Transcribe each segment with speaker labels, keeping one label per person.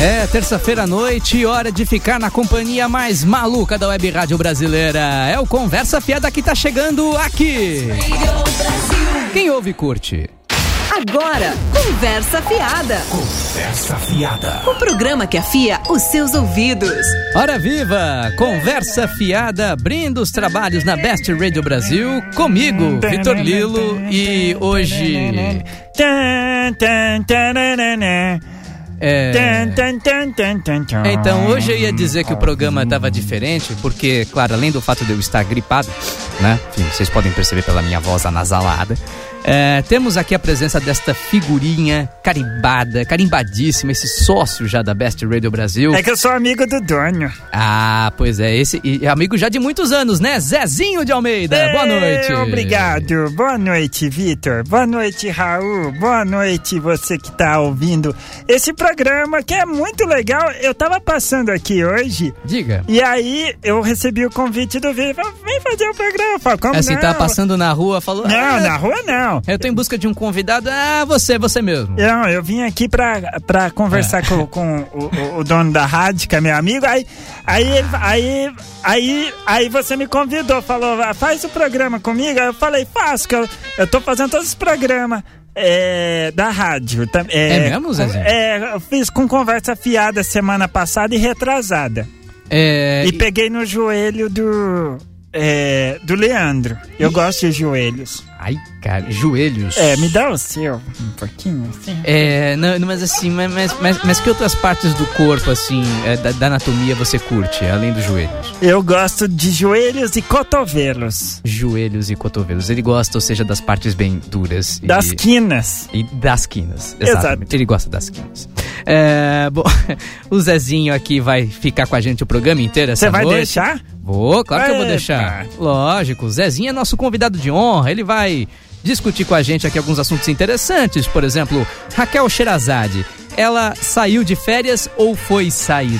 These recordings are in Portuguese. Speaker 1: É, terça-feira à noite, hora de ficar na companhia mais maluca da Web Rádio Brasileira. É o Conversa Fiada que tá chegando aqui. Quem ouve, curte.
Speaker 2: Agora, Conversa Fiada.
Speaker 3: Conversa fiada.
Speaker 2: O programa que afia os seus ouvidos.
Speaker 1: Hora viva! Conversa fiada abrindo os trabalhos na Best Radio Brasil comigo, Vitor Lilo e hoje
Speaker 4: Tan, tan, tararana.
Speaker 1: é...
Speaker 4: Tan, tan, tan, tan, tan, tan.
Speaker 1: Então, hoje eu ia dizer que o programa tava diferente, porque, claro, além do fato de eu estar gripado, né? Enfim, vocês podem perceber pela minha voz anasalada. é, temos aqui a presença desta figurinha carimbada, carimbadíssima, esse sócio já da Best Radio Brasil.
Speaker 4: É que eu sou amigo do dono.
Speaker 1: Ah, pois é, esse e amigo já de muitos anos, né? Zezinho de Almeida. É, Boa
Speaker 4: Ei,
Speaker 1: noite.
Speaker 4: Obrigado. Boa noite, Vitor. Boa noite, Raul. Boa noite, você que tá ouvindo esse programa que é muito legal. Eu tava passando aqui hoje.
Speaker 1: Diga.
Speaker 4: E aí, eu recebi o convite do Vitor. Falei, Vem fazer o programa. Eu Falei, Como
Speaker 1: É, assim,
Speaker 4: não?
Speaker 1: tá passando na rua, falou.
Speaker 4: Não,
Speaker 1: "Ah,
Speaker 4: na rua não.
Speaker 1: Eu tô em busca de um convidado. Ah, você, você mesmo.
Speaker 4: Não, eu vim aqui pra, pra conversar
Speaker 1: É.
Speaker 4: com, com o, o- o dono da rádio, que é meu amigo. Aí, aí, ele- aí, aí, aí você me convidou, falou, "Ah, faz o programa comigo. Aí eu falei, faço, que eu, eu tô fazendo todos os programas. é, da rádio. tam-
Speaker 1: É mesmo, Zezinho?
Speaker 4: É, eu fiz com conversa fiada semana passada e retrasada.
Speaker 1: É,
Speaker 4: e peguei no joelho do. é, do Leandro. Eu gosto de joelhos.
Speaker 1: Ai, cara, joelhos.
Speaker 4: É, me dá o seu um pouquinho assim.
Speaker 1: É, não, não, mas assim, mas, mas, mas, mas que outras partes do corpo, assim, é, da, da anatomia você curte, além dos joelhos?
Speaker 4: Eu gosto de joelhos e cotovelos.
Speaker 1: Joelhos e cotovelos. Ele gosta, ou seja, das partes bem duras. e-
Speaker 4: Das quinas.
Speaker 1: E das quinas.
Speaker 4: Exato.
Speaker 1: Exatamente. Ele gosta das quinas. É, bom, o Zezinho aqui vai ficar com a gente o programa inteiro essa
Speaker 4: Você vai
Speaker 1: noite.
Speaker 4: deixar?
Speaker 1: Vou, claro que eu vou
Speaker 4: Epa.
Speaker 1: deixar. Lógico, o Zezinho é nosso convidado de honra, ele vai discutir com a gente aqui alguns assuntos interessantes, por exemplo, Raquel Sherazade, ela saiu de férias ou foi saída?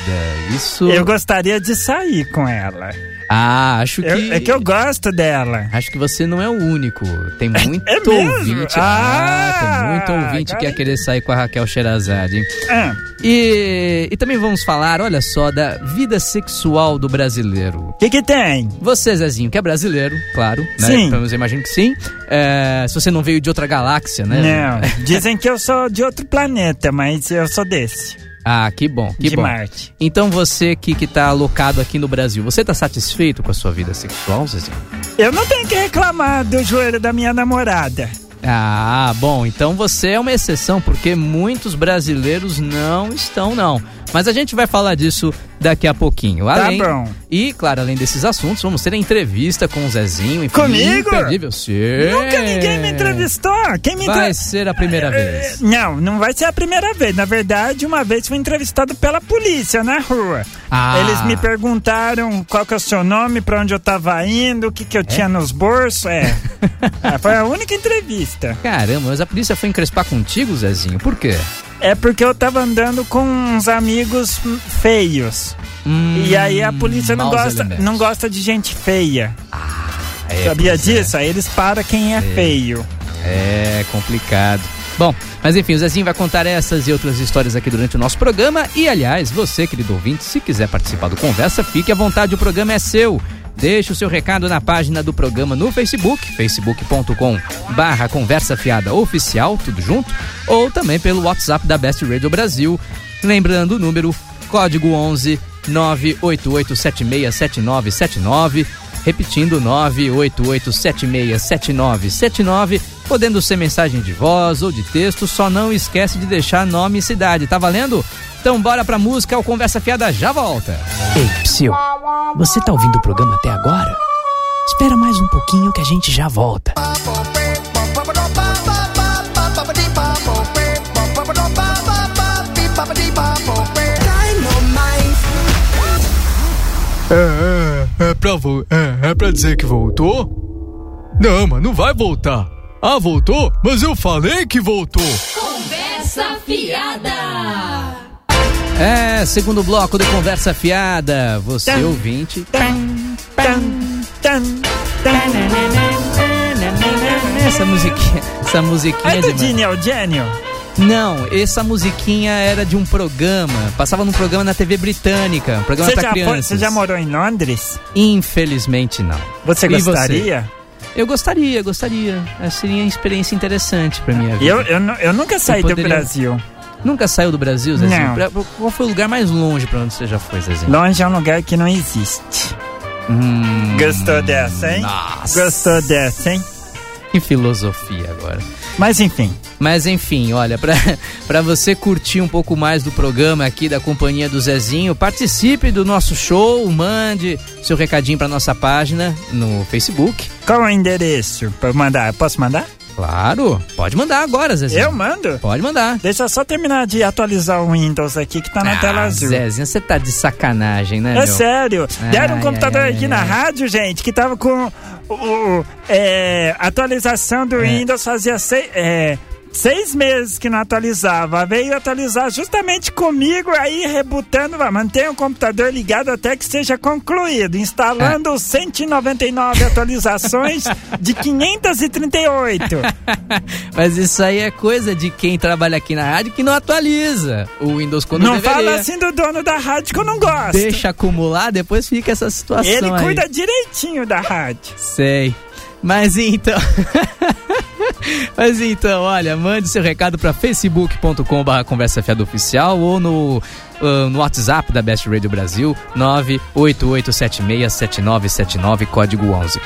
Speaker 1: Isso.
Speaker 4: Eu gostaria de sair com ela.
Speaker 1: Ah, acho que.
Speaker 4: Eu- é que eu gosto dela.
Speaker 1: Acho que você não é o único. Tem muito
Speaker 4: é mesmo?
Speaker 1: ouvinte. Ah,
Speaker 4: Ah,
Speaker 1: tem muito ouvinte que
Speaker 4: cara.
Speaker 1: ia querer sair com a Raquel Sherazade. hein?
Speaker 4: Ah,
Speaker 1: E, e também vamos falar, olha só, da vida sexual do brasileiro.
Speaker 4: O que que tem?
Speaker 1: Você, Zezinho, que é brasileiro, claro, né?
Speaker 4: Sim.
Speaker 1: Pelo menos eu imagino que sim. É, se você não veio de outra galáxia, né?
Speaker 4: Não, dizem que eu sou de outro planeta, mas eu sou desse.
Speaker 1: Ah, que bom, que
Speaker 4: de
Speaker 1: bom.
Speaker 4: Marte.
Speaker 1: Então você que, que tá alocado aqui no Brasil, você tá satisfeito com a sua vida sexual, Zezinho?
Speaker 4: Eu não tenho que reclamar do joelho da minha namorada.
Speaker 1: Ah, bom, então você é uma exceção, porque muitos brasileiros não estão, não. Mas a gente vai falar disso daqui a pouquinho. Além,
Speaker 4: tá bom.
Speaker 1: E, claro, além desses assuntos, vamos ter a entrevista com o Zezinho. Enfim,
Speaker 4: Comigo?
Speaker 1: Imperdível, sim.
Speaker 4: Nunca ninguém me entrevistou. É, Quem me
Speaker 1: É. Vai
Speaker 4: entrevistou?
Speaker 1: ser a primeira vez.
Speaker 4: Não, não vai ser a primeira vez. Na verdade, uma vez fui entrevistado pela polícia na rua.
Speaker 1: Ah.
Speaker 4: Eles me perguntaram qual que é o seu nome, pra onde eu tava indo, o que que
Speaker 1: É?
Speaker 4: eu tinha nos bolsos. É. Ah, Foi a única entrevista.
Speaker 1: Caramba, mas a polícia foi encrespar contigo, Zezinho? Por quê?
Speaker 4: É porque eu tava andando com uns amigos hum, feios.
Speaker 1: Hum,
Speaker 4: e aí a polícia não
Speaker 1: maus
Speaker 4: gosta,
Speaker 1: elementos.
Speaker 4: não gosta de gente feia.
Speaker 1: É,
Speaker 4: Sabia
Speaker 1: pois é.
Speaker 4: disso? Aí eles param quem é feio.
Speaker 1: É complicado. Bom, mas enfim, o Zezinho vai contar essas e outras histórias aqui durante o nosso programa. E aliás, você, querido ouvinte, se quiser participar do Conversa, fique à vontade, o programa é seu. Deixe o seu recado na página do programa no Facebook, facebook.com barra Conversa Fiada Oficial, tudo junto, ou também pelo WhatsApp da Best Radio Brasil. Lembrando o número, código 11 988767979. Repetindo, 988767979, podendo ser mensagem de voz ou de texto, só não esquece de deixar nome e cidade, tá valendo? Então bora pra música, o Conversa Fiada já volta.
Speaker 5: Ei, Psyu, você tá ouvindo o programa até agora? Espera mais um pouquinho que a gente já volta.
Speaker 6: É, é, é pra, vo- é, é pra dizer que voltou? Não, mas não vai voltar. Ah, voltou? Mas eu falei que voltou.
Speaker 7: Conversa fiada.
Speaker 1: É, segundo bloco do Conversa Fiada, você
Speaker 4: Tá.
Speaker 1: ouvinte.
Speaker 4: Tan, tan, tan, tan.
Speaker 1: Essa musiquinha, essa musiquinha
Speaker 4: É do
Speaker 1: demais.
Speaker 4: Dini Eugênio?
Speaker 1: Não, essa musiquinha era de um programa. Passava num programa na TV britânica. Um programa
Speaker 4: Você
Speaker 1: pra
Speaker 4: já, foi-
Speaker 1: crianças.
Speaker 4: você já morou em Londres?
Speaker 1: Infelizmente não.
Speaker 4: Você
Speaker 1: E você?
Speaker 4: gostaria?
Speaker 1: Eu gostaria, gostaria. Essa seria uma experiência interessante pra minha vida.
Speaker 4: Eu, eu, nu- eu nunca saí do
Speaker 1: poderia-
Speaker 4: Brasil.
Speaker 1: Nunca saiu do Brasil, Zezinho?
Speaker 4: Não.
Speaker 1: Pra- pra- Qual foi o lugar mais longe pra onde você já foi, Zezinho?
Speaker 4: Longe é um lugar que não existe.
Speaker 1: Hum,
Speaker 4: Gostou dessa, hein?
Speaker 1: nossa.
Speaker 4: Gostou dessa, hein?
Speaker 1: Que filosofia agora.
Speaker 4: Mas enfim,
Speaker 1: Mas enfim, olha, pra, pra você curtir um pouco mais do programa aqui da Companhia do Zezinho, participe do nosso show, mande seu recadinho pra nossa página no Facebook.
Speaker 4: qual é o endereço pra eu mandar? Posso mandar?
Speaker 1: Claro, pode mandar agora, Zezinho.
Speaker 4: Eu mando?
Speaker 1: Pode mandar.
Speaker 4: Deixa eu só terminar de atualizar o Windows aqui que tá na tela
Speaker 1: ah,
Speaker 4: azul.
Speaker 1: Zezinho, você tá de sacanagem, né,
Speaker 4: É
Speaker 1: meu?
Speaker 4: sério. Deram um
Speaker 1: Ai,
Speaker 4: computador
Speaker 1: ai, ai,
Speaker 4: aqui
Speaker 1: ai,
Speaker 4: na
Speaker 1: ai.
Speaker 4: rádio, gente, que tava com o, o- é, atualização do
Speaker 1: É.
Speaker 4: Windows fazia seis, é, seis meses que não atualizava. Veio atualizar justamente comigo, aí rebutando, vai, mantém o computador ligado até que seja concluído, instalando
Speaker 1: É.
Speaker 4: 199 atualizações de 538.
Speaker 1: Mas isso aí é coisa de quem trabalha aqui na rádio que não atualiza o Windows quando
Speaker 4: não
Speaker 1: deveria.
Speaker 4: fala assim do dono da rádio que eu não gosto.
Speaker 1: Deixa acumular, depois fica essa situação
Speaker 4: Ele
Speaker 1: aí.
Speaker 4: cuida direitinho da rádio.
Speaker 1: Sei. Mas então. Mas então, olha, mande seu recado para facebook.com.br Conversa Fiada Oficial ou no, ah, no WhatsApp da Best Radio Brasil 988767979, código 11.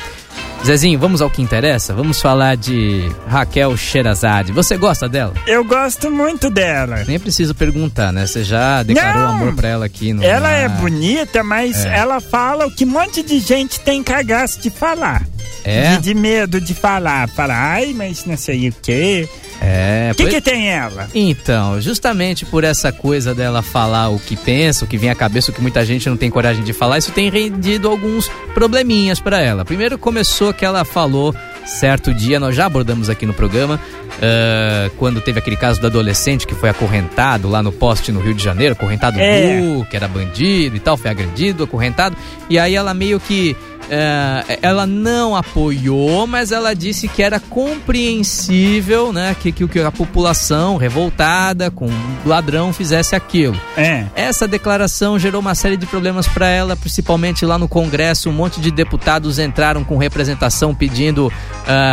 Speaker 1: Zezinho, vamos ao que interessa? Vamos falar de Raquel Sherazade. Você gosta dela?
Speaker 4: Eu gosto muito dela.
Speaker 1: Nem preciso perguntar, né? Você já declarou
Speaker 4: Não!
Speaker 1: amor pra ela aqui no.
Speaker 4: Ela
Speaker 1: na-
Speaker 4: é bonita, mas
Speaker 1: Ah. É.
Speaker 4: ela fala o que um monte de gente tem cagaço de falar.
Speaker 1: É,
Speaker 4: De, de medo de falar. Falar, ai, mas não sei o quê.
Speaker 1: é.
Speaker 4: O que,
Speaker 1: pois-
Speaker 4: que tem ela?
Speaker 1: Então, justamente por essa coisa dela falar o que pensa, o que vem à cabeça, o que muita gente não tem coragem de falar, isso tem rendido alguns probleminhas pra ela. Primeiro começou que ela falou certo dia, nós já abordamos aqui no programa, ah, quando teve aquele caso do adolescente que foi acorrentado lá no poste no Rio de Janeiro, acorrentado
Speaker 4: É.
Speaker 1: nu, que era bandido e tal, foi agredido, acorrentado, e aí ela meio que é, ela não apoiou, mas ela disse que era compreensível, né, que, que, que a população revoltada com o ladrão fizesse aquilo.
Speaker 4: É.
Speaker 1: Essa declaração gerou uma série de problemas para ela, principalmente lá no Congresso. Um monte de deputados entraram com representação pedindo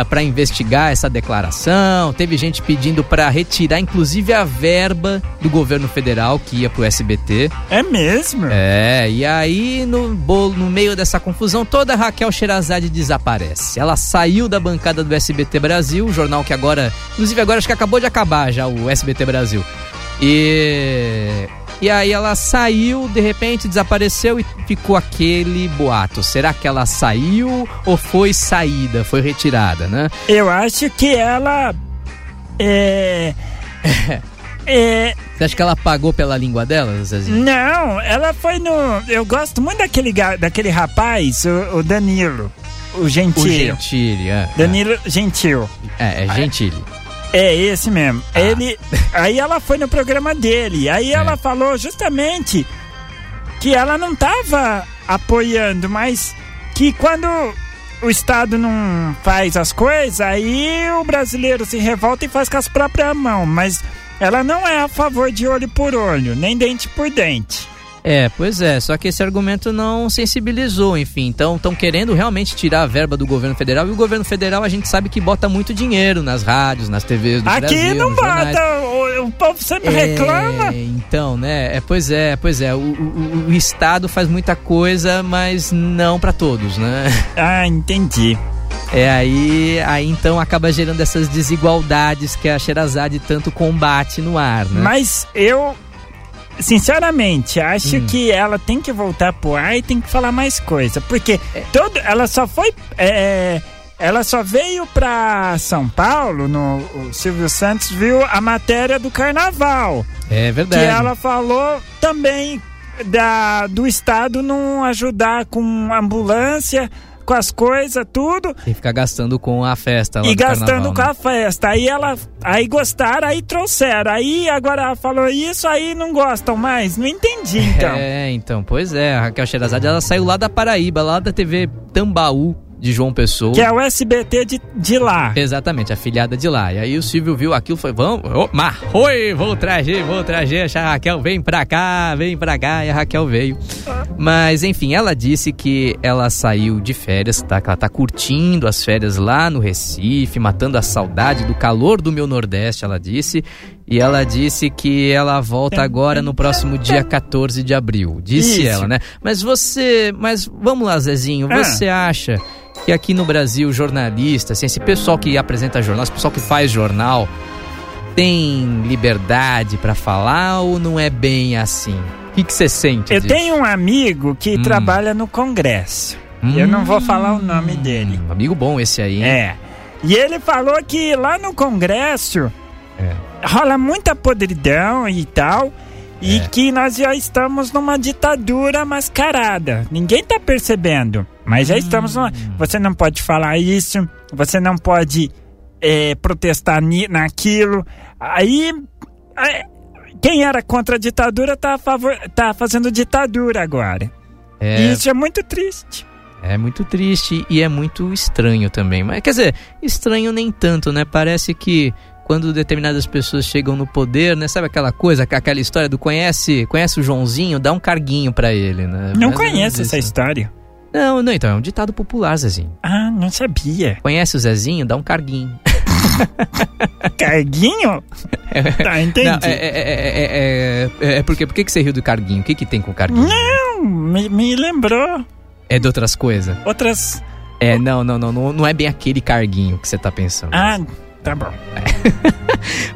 Speaker 1: para investigar essa declaração. Teve gente pedindo para retirar, inclusive, a verba do governo federal que ia pro SBT.
Speaker 4: É mesmo?
Speaker 1: É, e aí no bolo, no meio dessa confusão toda, a Raquel Sherazade desaparece. Ela saiu da bancada do SBT Brasil, o jornal que agora, inclusive agora acho que acabou de acabar já o SBT Brasil. E e aí ela saiu, de repente desapareceu e ficou aquele boato. Será que ela saiu ou foi saída, foi retirada, né?
Speaker 4: Eu acho que ela. É. é.
Speaker 1: Você acha que ela pagou pela língua dela, Zezinho?
Speaker 4: Não, ela foi no. Eu gosto muito daquele, ga- daquele rapaz, o, o Danilo. O Gentil.
Speaker 1: O Gentili, é.
Speaker 4: Danilo Gentil.
Speaker 1: É, é Gentili.
Speaker 4: É esse mesmo.
Speaker 1: Ah.
Speaker 4: Ele, aí ela foi no programa dele.
Speaker 1: É.
Speaker 4: Aí ela falou justamente que ela não tava apoiando, mas que quando o Estado não faz as coisas, aí o brasileiro se revolta e faz com as próprias mãos. Mas ela não é a favor de olho por olho, nem dente por dente.
Speaker 1: É, pois é, só que esse argumento não sensibilizou, enfim. Então, estão querendo realmente tirar a verba do governo federal. E o governo federal, a gente sabe que bota muito dinheiro nas rádios, nas TVs do
Speaker 4: Aqui
Speaker 1: Brasil,
Speaker 4: não
Speaker 1: nos jornais.
Speaker 4: bota, o, o povo sempre
Speaker 1: É,
Speaker 4: reclama.
Speaker 1: Então, né? É, pois é, pois é. O, o- o Estado faz muita coisa, mas não pra todos, né?
Speaker 4: Ah, entendi.
Speaker 1: É aí, aí então acaba gerando essas desigualdades que a Sherazade tanto combate no ar, né?
Speaker 4: Mas eu, sinceramente, acho
Speaker 1: Hum.
Speaker 4: que ela tem que voltar pro ar e tem que falar mais coisa. Porque
Speaker 1: É.
Speaker 4: todo, ela só foi. é, ela só veio pra São Paulo, no, o Silvio Santos viu a matéria do carnaval.
Speaker 1: é
Speaker 4: Que
Speaker 1: verdade.
Speaker 4: ela falou também da, do Estado não ajudar com ambulância, com as coisas, tudo
Speaker 1: E ficar gastando com a festa lá
Speaker 4: e
Speaker 1: do
Speaker 4: gastando
Speaker 1: carnaval,
Speaker 4: com
Speaker 1: né?
Speaker 4: a festa. Aí ela, aí gostaram, aí trouxeram. Aí agora ela falou isso, aí não gostam mais. Não entendi então.
Speaker 1: É, então, pois é. A Raquel Sherazade, ela saiu lá da Paraíba, lá da TV Tambaú, de João Pessoa.
Speaker 4: Que é o SBT de, de lá.
Speaker 1: É, Exatamente, a filhada de lá. E aí o Silvio viu aquilo e falou: vamos, ô, mas, oi, vou trazer, vou trazer essa Raquel, vem pra cá, vem pra cá. E a Raquel veio. Mas enfim, ela disse que ela saiu de férias, tá? Que ela tá curtindo as férias lá no Recife, matando a saudade do calor do meu Nordeste, ela disse. E ela disse que ela volta agora no próximo dia 14 de abril. Disse
Speaker 4: Isso.
Speaker 1: ela, né? Mas você. Mas vamos lá, Zezinho,
Speaker 4: Ah.
Speaker 1: você acha que aqui no Brasil, jornalistas, assim, esse pessoal que apresenta jornal, esse pessoal que faz jornal, tem liberdade pra falar ou não é bem assim? O que que você sente?
Speaker 4: Eu
Speaker 1: disso?
Speaker 4: tenho um amigo que
Speaker 1: Hum.
Speaker 4: trabalha no Congresso.
Speaker 1: Hum.
Speaker 4: Eu não vou falar o nome dele.
Speaker 1: Hum, Amigo bom esse aí, hein?
Speaker 4: É. E ele falou que lá no Congresso
Speaker 1: É.
Speaker 4: rola muita podridão e tal. E
Speaker 1: É.
Speaker 4: que nós já estamos numa ditadura mascarada. Ninguém tá percebendo. Mas
Speaker 1: Hum.
Speaker 4: já estamos numa. Você não pode falar isso, você não pode é, protestar ni- naquilo. Aí. é, quem era contra a ditadura tá, a favor, tá fazendo ditadura agora.
Speaker 1: É,
Speaker 4: E isso é muito triste.
Speaker 1: é muito triste e é muito estranho também. Mas quer dizer, estranho nem tanto, né? Parece que quando determinadas pessoas chegam no poder, né? Sabe aquela coisa, aquela história do conhece, conhece o Joãozinho, dá um carguinho pra ele, né?
Speaker 4: Não
Speaker 1: Mais ou menos
Speaker 4: conheço
Speaker 1: isso.
Speaker 4: essa história.
Speaker 1: Não, não, então é um ditado popular, Zezinho.
Speaker 4: Ah, não sabia.
Speaker 1: Conhece o Zezinho, dá um carguinho.
Speaker 4: Carguinho? tá, entendi.
Speaker 1: Não, é, é, é, é, é, é, é porque por que que você riu do carguinho? O que que tem com o carguinho?
Speaker 4: Não, me, me lembrou
Speaker 1: É de outras coisas.
Speaker 4: outras.
Speaker 1: É, não, não, não, não, não é bem aquele carguinho que você tá pensando.
Speaker 4: Ah, tá bom.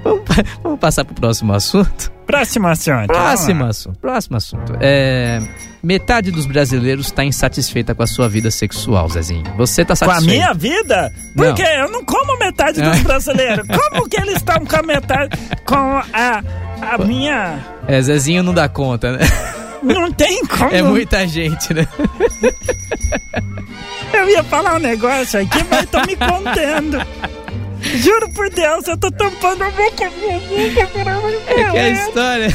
Speaker 1: Vamos, pa- vamos passar pro próximo assunto?
Speaker 4: Próximo assunto. Tá
Speaker 1: Próximo assunto. Próximo assunto. É, metade dos brasileiros tá insatisfeita com a sua vida sexual, Zezinho. Você tá
Speaker 4: Com a
Speaker 1: satisfeito?
Speaker 4: minha vida?
Speaker 1: Não.
Speaker 4: Porque eu não como metade
Speaker 1: Ah.
Speaker 4: dos brasileiros. Como que eles estão com a metade. Com a, a minha.
Speaker 1: É, Zezinho não dá conta, né?
Speaker 4: Não tem como.
Speaker 1: É muita gente, né?
Speaker 4: Eu ia falar um negócio aqui, mas tô me contendo. Juro por Deus, eu tô tampando a boca. minha boca, pra não
Speaker 1: É que a
Speaker 4: falar.
Speaker 1: história...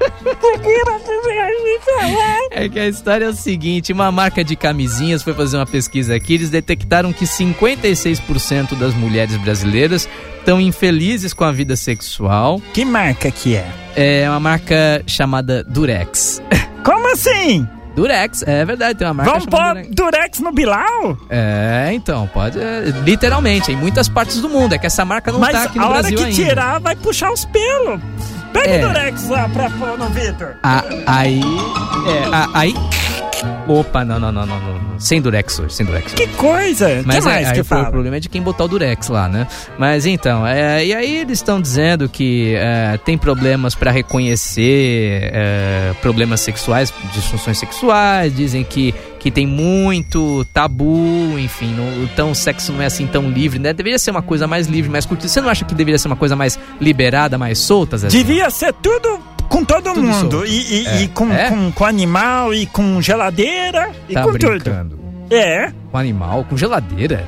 Speaker 4: Segura, pra me falar.
Speaker 1: É que a história é o seguinte: uma marca de camisinhas foi fazer uma pesquisa aqui. Eles detectaram que 56% das mulheres brasileiras estão infelizes com a vida sexual.
Speaker 4: Que marca que é?
Speaker 1: É uma marca chamada Durex.
Speaker 4: Como assim?
Speaker 1: Durex, é verdade, tem uma marca
Speaker 4: Vamos
Speaker 1: chamada
Speaker 4: pôr
Speaker 1: Durex.
Speaker 4: Durex no Bilal?
Speaker 1: É, então, pode. é, literalmente, em muitas partes do mundo. É que essa marca não
Speaker 4: Mas
Speaker 1: tá aqui
Speaker 4: a
Speaker 1: no
Speaker 4: hora
Speaker 1: Brasil
Speaker 4: que
Speaker 1: ainda.
Speaker 4: tirar, vai puxar os pelos. Pega
Speaker 1: É.
Speaker 4: o Durex lá pra pôr no Vitor.
Speaker 1: A- aí. É, a- aí. Opa, não, não, não, não, não. não. Sem Durex hoje, sem Durex.
Speaker 4: Que coisa!
Speaker 1: Mas
Speaker 4: que
Speaker 1: é-
Speaker 4: mais
Speaker 1: aí
Speaker 4: que
Speaker 1: foi
Speaker 4: fala?
Speaker 1: o problema é de quem botar o Durex lá, né? Mas então, é, e aí eles estão dizendo que é, tem problemas pra reconhecer é, problemas sexuais, disfunções sexuais, dizem que, que tem muito tabu, enfim, não, então o sexo não é assim tão livre, né? Deveria ser uma coisa mais livre, mais curtida. Você não acha que deveria ser uma coisa mais liberada, mais solta, Zé?
Speaker 4: Devia ser tudo com todo
Speaker 1: Tudo
Speaker 4: mundo.
Speaker 1: solto.
Speaker 4: E, e-
Speaker 1: É.
Speaker 4: e com,
Speaker 1: É?
Speaker 4: com, com animal, e com geladeira, e
Speaker 1: tá
Speaker 4: com tudo.
Speaker 1: brincando.
Speaker 4: É,
Speaker 1: Com animal, com geladeira.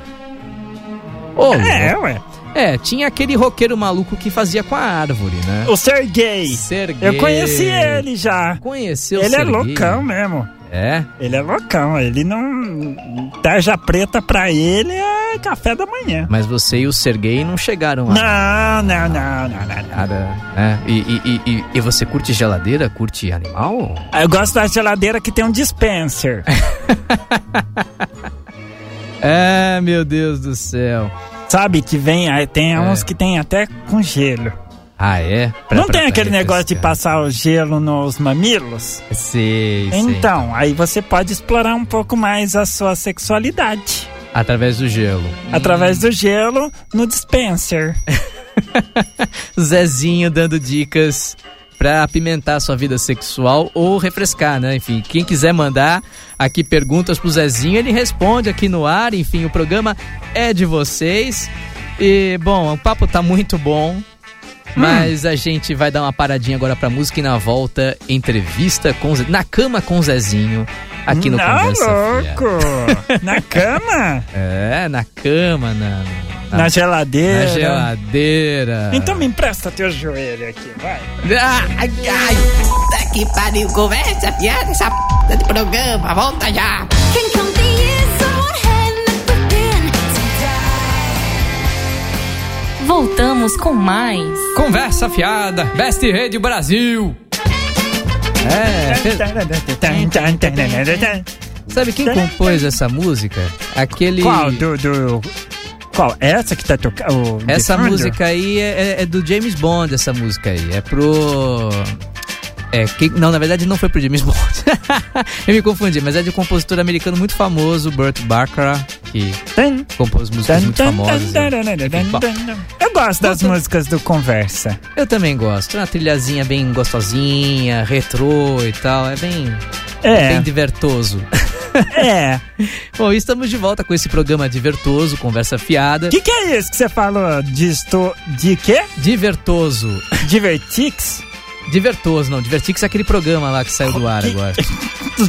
Speaker 1: Ô,
Speaker 4: é,
Speaker 1: Tá louco.
Speaker 4: ué.
Speaker 1: é, tinha aquele roqueiro maluco que fazia com a árvore, né?
Speaker 4: O Sergei.
Speaker 1: Serguei.
Speaker 4: Eu conheci ele já.
Speaker 1: Conheceu o
Speaker 4: ele é
Speaker 1: Serguei?
Speaker 4: loucão mesmo.
Speaker 1: É?
Speaker 4: Ele é loucão. Ele não. Tarja preta pra ele é café da manhã.
Speaker 1: Mas você e o Serguei não chegaram lá.
Speaker 4: Não, não, não, não, não. não.
Speaker 1: Nada, né? E, e- e- e- e você curte geladeira? Curte animal?
Speaker 4: Eu gosto da geladeira que tem um dispenser.
Speaker 1: É, meu Deus do céu.
Speaker 4: Sabe que vem, aí tem
Speaker 1: É.
Speaker 4: uns que tem até com gelo.
Speaker 1: Ah, é? Pra-
Speaker 4: Não
Speaker 1: pra-
Speaker 4: tem
Speaker 1: pra
Speaker 4: aquele negócio de
Speaker 1: refrescar.
Speaker 4: passar o gelo nos mamilos?
Speaker 1: Sei, sei.
Speaker 4: Então, aí você pode explorar um pouco mais a sua sexualidade.
Speaker 1: Através do gelo.
Speaker 4: Através do gelo no dispenser.
Speaker 1: Zezinho dando dicas pra apimentar a sua vida sexual ou refrescar, né? Enfim, quem quiser mandar aqui perguntas pro Zezinho, ele responde aqui no ar. Enfim, o programa é de vocês. E, bom, o papo tá muito
Speaker 4: Hum.
Speaker 1: bom. Mas a gente vai dar uma paradinha agora pra música e na volta, entrevista com Ze- na cama com o Zezinho, aqui no
Speaker 4: Não,
Speaker 1: Conversa Fiada.
Speaker 4: Tá louco! Na cama?
Speaker 1: É, na cama, na, na-
Speaker 4: na
Speaker 1: Ah. na
Speaker 4: geladeira.
Speaker 1: geladeira.
Speaker 4: Então me empresta teu joelho aqui, vai.
Speaker 1: Ah, ai, ai.
Speaker 8: Puta que pariu, conversa, piada, essa p de programa, volta já!
Speaker 7: Can come the years on hand, the
Speaker 8: voltamos com mais.
Speaker 1: Conversa fiada, Best Rede Brasil. É, sabe quem compôs essa música? Aquele.
Speaker 4: Qual? Do, do- Qual? Essa que tá tocando?
Speaker 1: Essa música aí é, é- é do James Bond, essa música aí. É pro. É, que, não, na verdade não foi pro James Bond. Eu me confundi, mas é de um compositor americano muito famoso, Burt Bacharach, que compôs músicas é muito famosas.
Speaker 4: Eu gosto das músicas do Conversa.
Speaker 1: Eu também gosto. É uma trilhazinha bem gostosinha, retrô e tal. É bem, bem
Speaker 4: É,
Speaker 1: divertoso.
Speaker 4: é.
Speaker 1: Bom, e estamos de volta com esse programa divertoso, conversa fiada.
Speaker 4: O que, que é isso que você falou de esto... de quê?
Speaker 1: Divertoso.
Speaker 4: Divertix?
Speaker 1: Divertoso, não. Divertix é aquele programa lá que saiu do ar
Speaker 4: Que-
Speaker 1: agora.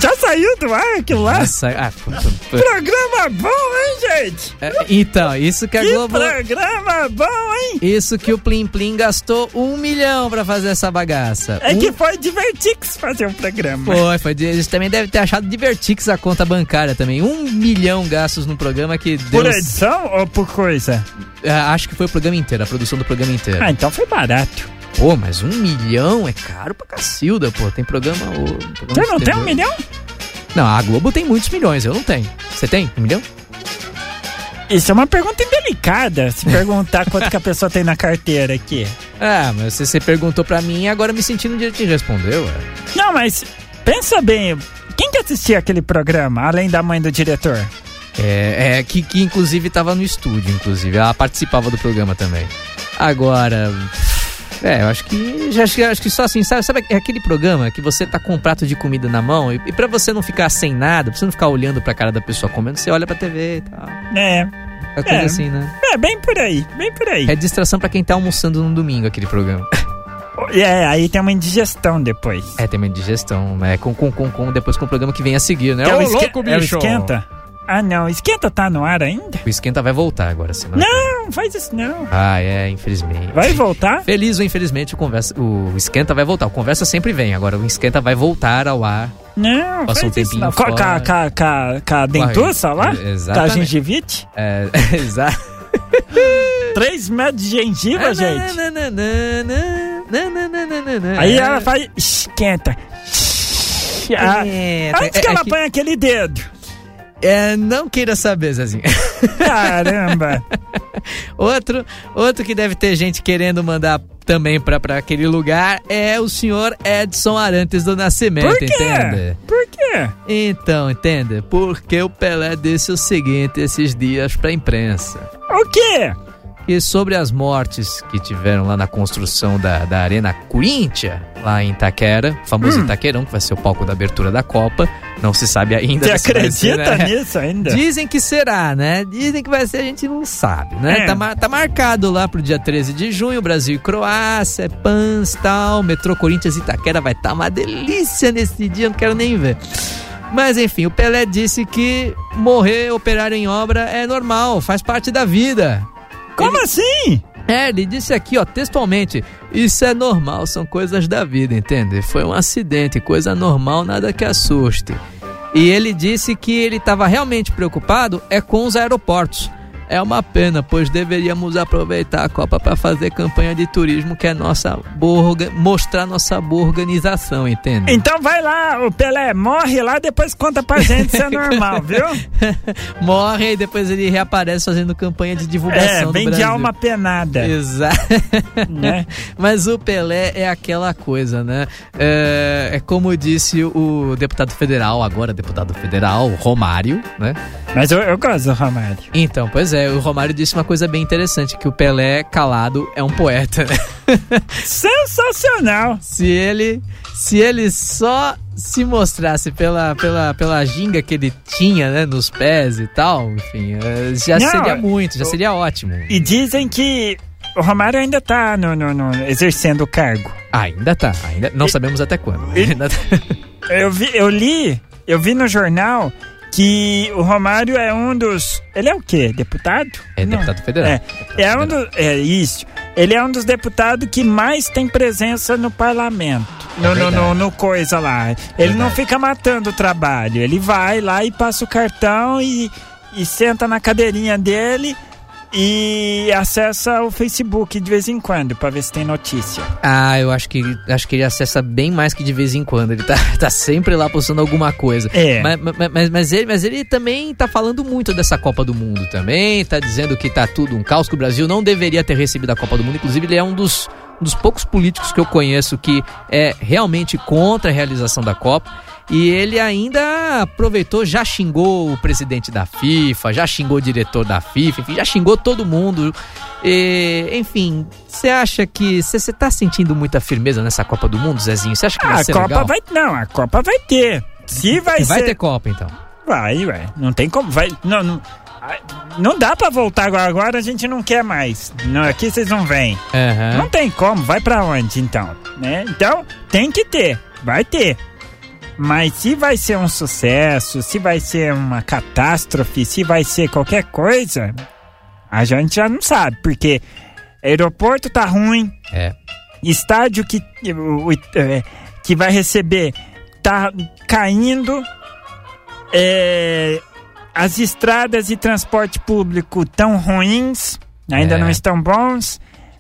Speaker 4: Já saiu do ar aquilo lá?
Speaker 1: Nossa, ah, puta-
Speaker 4: Programa bom, hein, gente?
Speaker 1: É, Então, isso que a
Speaker 4: Que
Speaker 1: Globo.
Speaker 4: programa bom, hein?
Speaker 1: Isso que o Plim Plim gastou um milhão pra fazer essa bagaça.
Speaker 4: É
Speaker 1: Um-
Speaker 4: que foi Divertix fazer o programa.
Speaker 1: Foi, foi. Eles também devem ter achado divertix a conta bancária também. Um milhão gastos num programa que deu.
Speaker 4: Por edição ou por coisa?
Speaker 1: Ah, Acho que foi o programa inteiro, a produção do programa inteiro.
Speaker 4: Ah, então foi barato.
Speaker 1: Pô, mas um milhão é caro pra cacilda, pô. Tem programa. ô, programa
Speaker 4: Você não
Speaker 1: de
Speaker 4: tem um
Speaker 1: TV.
Speaker 4: milhão?
Speaker 1: Não, a Globo tem muitos milhões, eu não tenho. Você tem? Um milhão?
Speaker 4: Isso é uma pergunta indelicada. Se perguntar quanto que a pessoa tem na carteira aqui.
Speaker 1: Ah, mas você, você perguntou pra mim e agora me sentindo no direito de responder, ué.
Speaker 4: Não, mas pensa bem. Quem que assistia aquele programa, além da mãe do diretor?
Speaker 1: É, é, que, que inclusive tava no estúdio, inclusive. Ela participava do programa também. Agora. É, eu acho que. já Acho que, acho que só assim, sabe, sabe? É aquele programa que você tá com um prato de comida na mão e, e pra você não ficar sem nada, pra você não ficar olhando pra cara da pessoa comendo, você olha pra TV e tal.
Speaker 4: É,
Speaker 1: É coisa
Speaker 4: É.
Speaker 1: assim, né?
Speaker 4: é bem por aí, bem por aí.
Speaker 1: É distração pra quem tá almoçando no domingo, aquele programa.
Speaker 4: É, aí tem uma indigestão depois.
Speaker 1: É, tem uma indigestão, né? Com, com, com, com, depois com o programa que vem a seguir, né?
Speaker 4: Que
Speaker 1: Ô,
Speaker 4: esque-
Speaker 1: louco,
Speaker 4: é o
Speaker 1: bicho!
Speaker 4: esquenta? Ah, não. Esquenta tá no ar ainda?
Speaker 1: O esquenta vai voltar agora, semana.
Speaker 4: Não, não faz isso não.
Speaker 1: Ah, é, infelizmente.
Speaker 4: Vai voltar?
Speaker 1: Feliz ou infelizmente, o, conversa, o esquenta vai voltar. O conversa sempre vem, agora o esquenta vai voltar ao ar. Passou
Speaker 4: Não, faz
Speaker 1: um
Speaker 4: isso
Speaker 1: tempinho
Speaker 4: não. Com a, com a,
Speaker 1: fora. É,
Speaker 4: com a- com a- com a dentuça lá? Com a
Speaker 1: Exatamente.
Speaker 4: gengivite?
Speaker 1: É, exato.
Speaker 4: Três metros de
Speaker 1: É,
Speaker 4: gengiva, É, gente.
Speaker 1: Nananana, nananana.
Speaker 4: Aí ela faz... Esquenta. Ah,
Speaker 1: É. É,
Speaker 4: Antes
Speaker 1: é-
Speaker 4: que
Speaker 1: é
Speaker 4: ela
Speaker 1: que-
Speaker 4: ponha aquele dedo.
Speaker 1: é, não queira saber, Zezinho.
Speaker 4: Caramba.
Speaker 1: Outro, outro que deve ter gente querendo mandar também pra, pra aquele lugar é o senhor Edson Arantes do Nascimento,
Speaker 4: Por quê?
Speaker 1: entende?
Speaker 4: Por quê?
Speaker 1: Então, entende? Porque o Pelé disse o seguinte esses dias pra imprensa.
Speaker 4: O quê?
Speaker 1: E sobre as mortes que tiveram lá na construção da, da Arena Corinthians, lá em Itaquera, o famoso
Speaker 4: Hum.
Speaker 1: Itaquerão, que vai ser o palco da abertura da Copa. Não se sabe ainda.
Speaker 4: Você
Speaker 1: se vai ser,
Speaker 4: acredita
Speaker 1: né?
Speaker 4: nisso ainda?
Speaker 1: Dizem que será, né? Dizem que vai ser, a gente não sabe, né?
Speaker 4: É.
Speaker 1: Tá, mar- tá marcado lá pro dia 13 de junho, Brasil e Croácia, é Pans, tal, Metrô Corinthians e Itaquera vai estar uma delícia nesse dia, não quero nem ver. Mas enfim, o Pelé disse que morrer operário em obra é normal, faz parte da vida.
Speaker 4: Como assim?
Speaker 1: É, ele disse aqui, ó, textualmente, isso é normal, são coisas da vida, entende? Foi um acidente, coisa normal, nada que assuste. E ele disse que ele estava realmente preocupado é com os aeroportos. É uma pena, pois deveríamos aproveitar a Copa para fazer campanha de turismo, que é nossa boa, orga- mostrar nossa boa organização, entende?
Speaker 4: Então vai lá, o Pelé morre lá, depois conta pra gente se é normal, viu?
Speaker 1: Morre e depois ele reaparece fazendo campanha de divulgação
Speaker 4: É,
Speaker 1: do
Speaker 4: bem
Speaker 1: Brasil.
Speaker 4: de alma penada,
Speaker 1: Exato.
Speaker 4: né?
Speaker 1: Mas o Pelé é aquela coisa, né? É, é como disse o deputado federal, agora deputado federal, Romário, né?
Speaker 4: Mas eu, eu gosto do Romário.
Speaker 1: Então, pois é, o Romário disse uma coisa bem interessante, que o Pelé calado é um poeta, né?
Speaker 4: Sensacional!
Speaker 1: se ele, se ele só se mostrasse pela, pela, pela ginga que ele tinha, né, nos pés e tal, enfim, é, já
Speaker 4: Não,
Speaker 1: seria muito, já seria ótimo.
Speaker 4: E dizem que o Romário ainda tá no, no- no- exercendo o cargo.
Speaker 1: Ainda tá, ainda não sabemos até quando. mas ainda tá.
Speaker 4: Eu, vi, eu li, eu vi no jornal que o Romário é um dos. Ele é o quê? Deputado?
Speaker 1: É
Speaker 4: Não.
Speaker 1: deputado federal.
Speaker 4: É, É um dos. É isso. Ele é um dos deputados que mais tem presença no parlamento.
Speaker 1: É
Speaker 4: No, no,
Speaker 1: verdade.
Speaker 4: no, no coisa lá. Ele não
Speaker 1: Verdade.
Speaker 4: fica matando o trabalho. Ele vai lá e passa o cartão e, e senta na cadeirinha dele e acessa o Facebook de vez em quando pra ver se tem notícia.
Speaker 1: Ah, eu acho que acho que ele acessa bem mais que de vez em quando. Ele tá, tá sempre lá postando alguma coisa.
Speaker 4: É.
Speaker 1: Mas, mas- mas- mas ele, mas ele também tá falando muito dessa Copa do Mundo também. Tá dizendo que tá tudo um caos, que o Brasil não deveria ter recebido a Copa do Mundo. Inclusive, ele é um dos, um dos poucos políticos que eu conheço que é realmente contra a realização da Copa. E ele ainda aproveitou, já xingou o presidente da FIFA, já xingou o diretor da FIFA, enfim, já xingou todo mundo. E, enfim, você acha que. Você tá sentindo muita firmeza nessa Copa do Mundo, Zezinho? Você acha que
Speaker 4: Ah,
Speaker 1: vai
Speaker 4: a
Speaker 1: ser
Speaker 4: Copa
Speaker 1: legal?
Speaker 4: vai. Não, a Copa vai ter. Se vai,
Speaker 1: Vai
Speaker 4: ser.
Speaker 1: ter Copa, então.
Speaker 4: Vai, ué. Não tem como. Vai. Não, não. ah, Não dá pra voltar agora, agora a gente não quer mais. Não, aqui vocês não vêm.
Speaker 1: Aham.
Speaker 4: Não tem como, vai pra onde então? Né? Então, tem que ter, vai ter. Mas se vai ser um sucesso, se vai ser uma catástrofe, se vai ser qualquer coisa, a gente já não sabe, porque aeroporto tá ruim,
Speaker 1: É.
Speaker 4: estádio que, o- o- é, que vai receber tá caindo, é, as estradas e transporte público tão ruins, ainda
Speaker 1: É.
Speaker 4: não estão bons.